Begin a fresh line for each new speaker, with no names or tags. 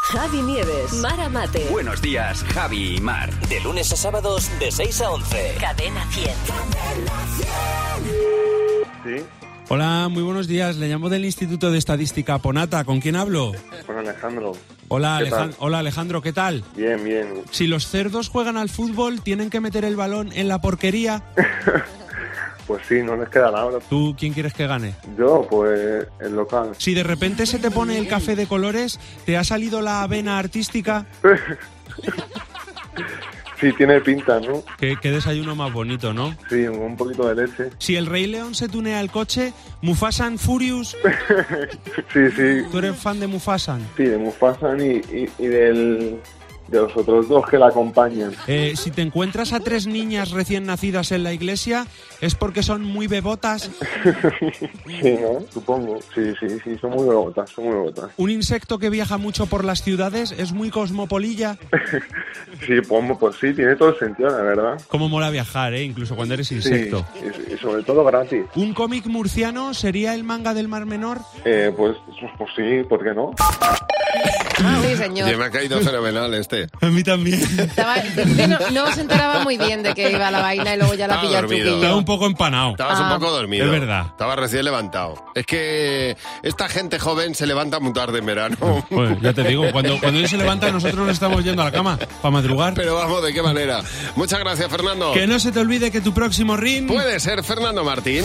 Javi Nieves, Mara Mate,
Buenos días, Javi y Mar.
De lunes a sábados de 6 a 11.
Cadena 100.
Sí,
Hola, muy buenos días. Le llamo del Instituto de Estadística Ponata. ¿Con quién hablo?
con Alejandro.
Hola,
¿Qué tal?
Alejandro. Hola, Alejandro, ¿qué tal?
Bien, bien.
Si los cerdos juegan al fútbol, ¿tienen que meter el balón en la porquería?
Pues sí, no les queda nada.
¿Tú quién quieres que gane?
Yo, pues, el local.
Si de repente se te pone el café de colores, ¿te ha salido la avena artística?
Sí, tiene pinta, ¿no?
Qué, qué desayuno más bonito, ¿no?
Sí, un poquito de leche.
Si el Rey León se tunea el coche, Mufasan Furious.
Sí, sí.
¿Tú eres fan de Mufasan?
Sí, de Mufasan y, y, y del, de los otros dos que la acompañan.
Eh, si te encuentras a tres niñas recién nacidas en la iglesia, es porque son muy bebotas.
Sí, ¿no? Supongo. Sí, sí, sí, son muy botas, son muy botas.
Un insecto que viaja mucho por las ciudades es muy cosmopolilla.
Sí, pues, pues sí, tiene todo el sentido, la verdad.
Como mola viajar, ¿eh? incluso cuando eres
Sí,
insecto.
y, y sobre todo gratis.
¿Un cómic murciano sería el manga del Mar Menor?
Eh, pues, pues sí, ¿por qué no?
Sí,
Y
señor.
me ha caído fenomenal este.
A mí también.
Estaba- no, no se enteraba muy bien de que iba la vaina y luego ya la
Estaba
pilló el
dormido.
truquillo.
Estaba un poco empanado.
Estabas un
Ah.
poco dormido.
Es verdad.
Estabas recién levantado. Es que esta gente joven se levanta muy tarde en verano.
Pues, ya te digo, cuando, cuando ellos se levantan nosotros nos estamos yendo a la cama para madrugar.
Pero vamos, ¿de qué manera? Muchas gracias, Fernando.
Que no se te olvide que tu próximo ring...
Puede ser Fernando Martín.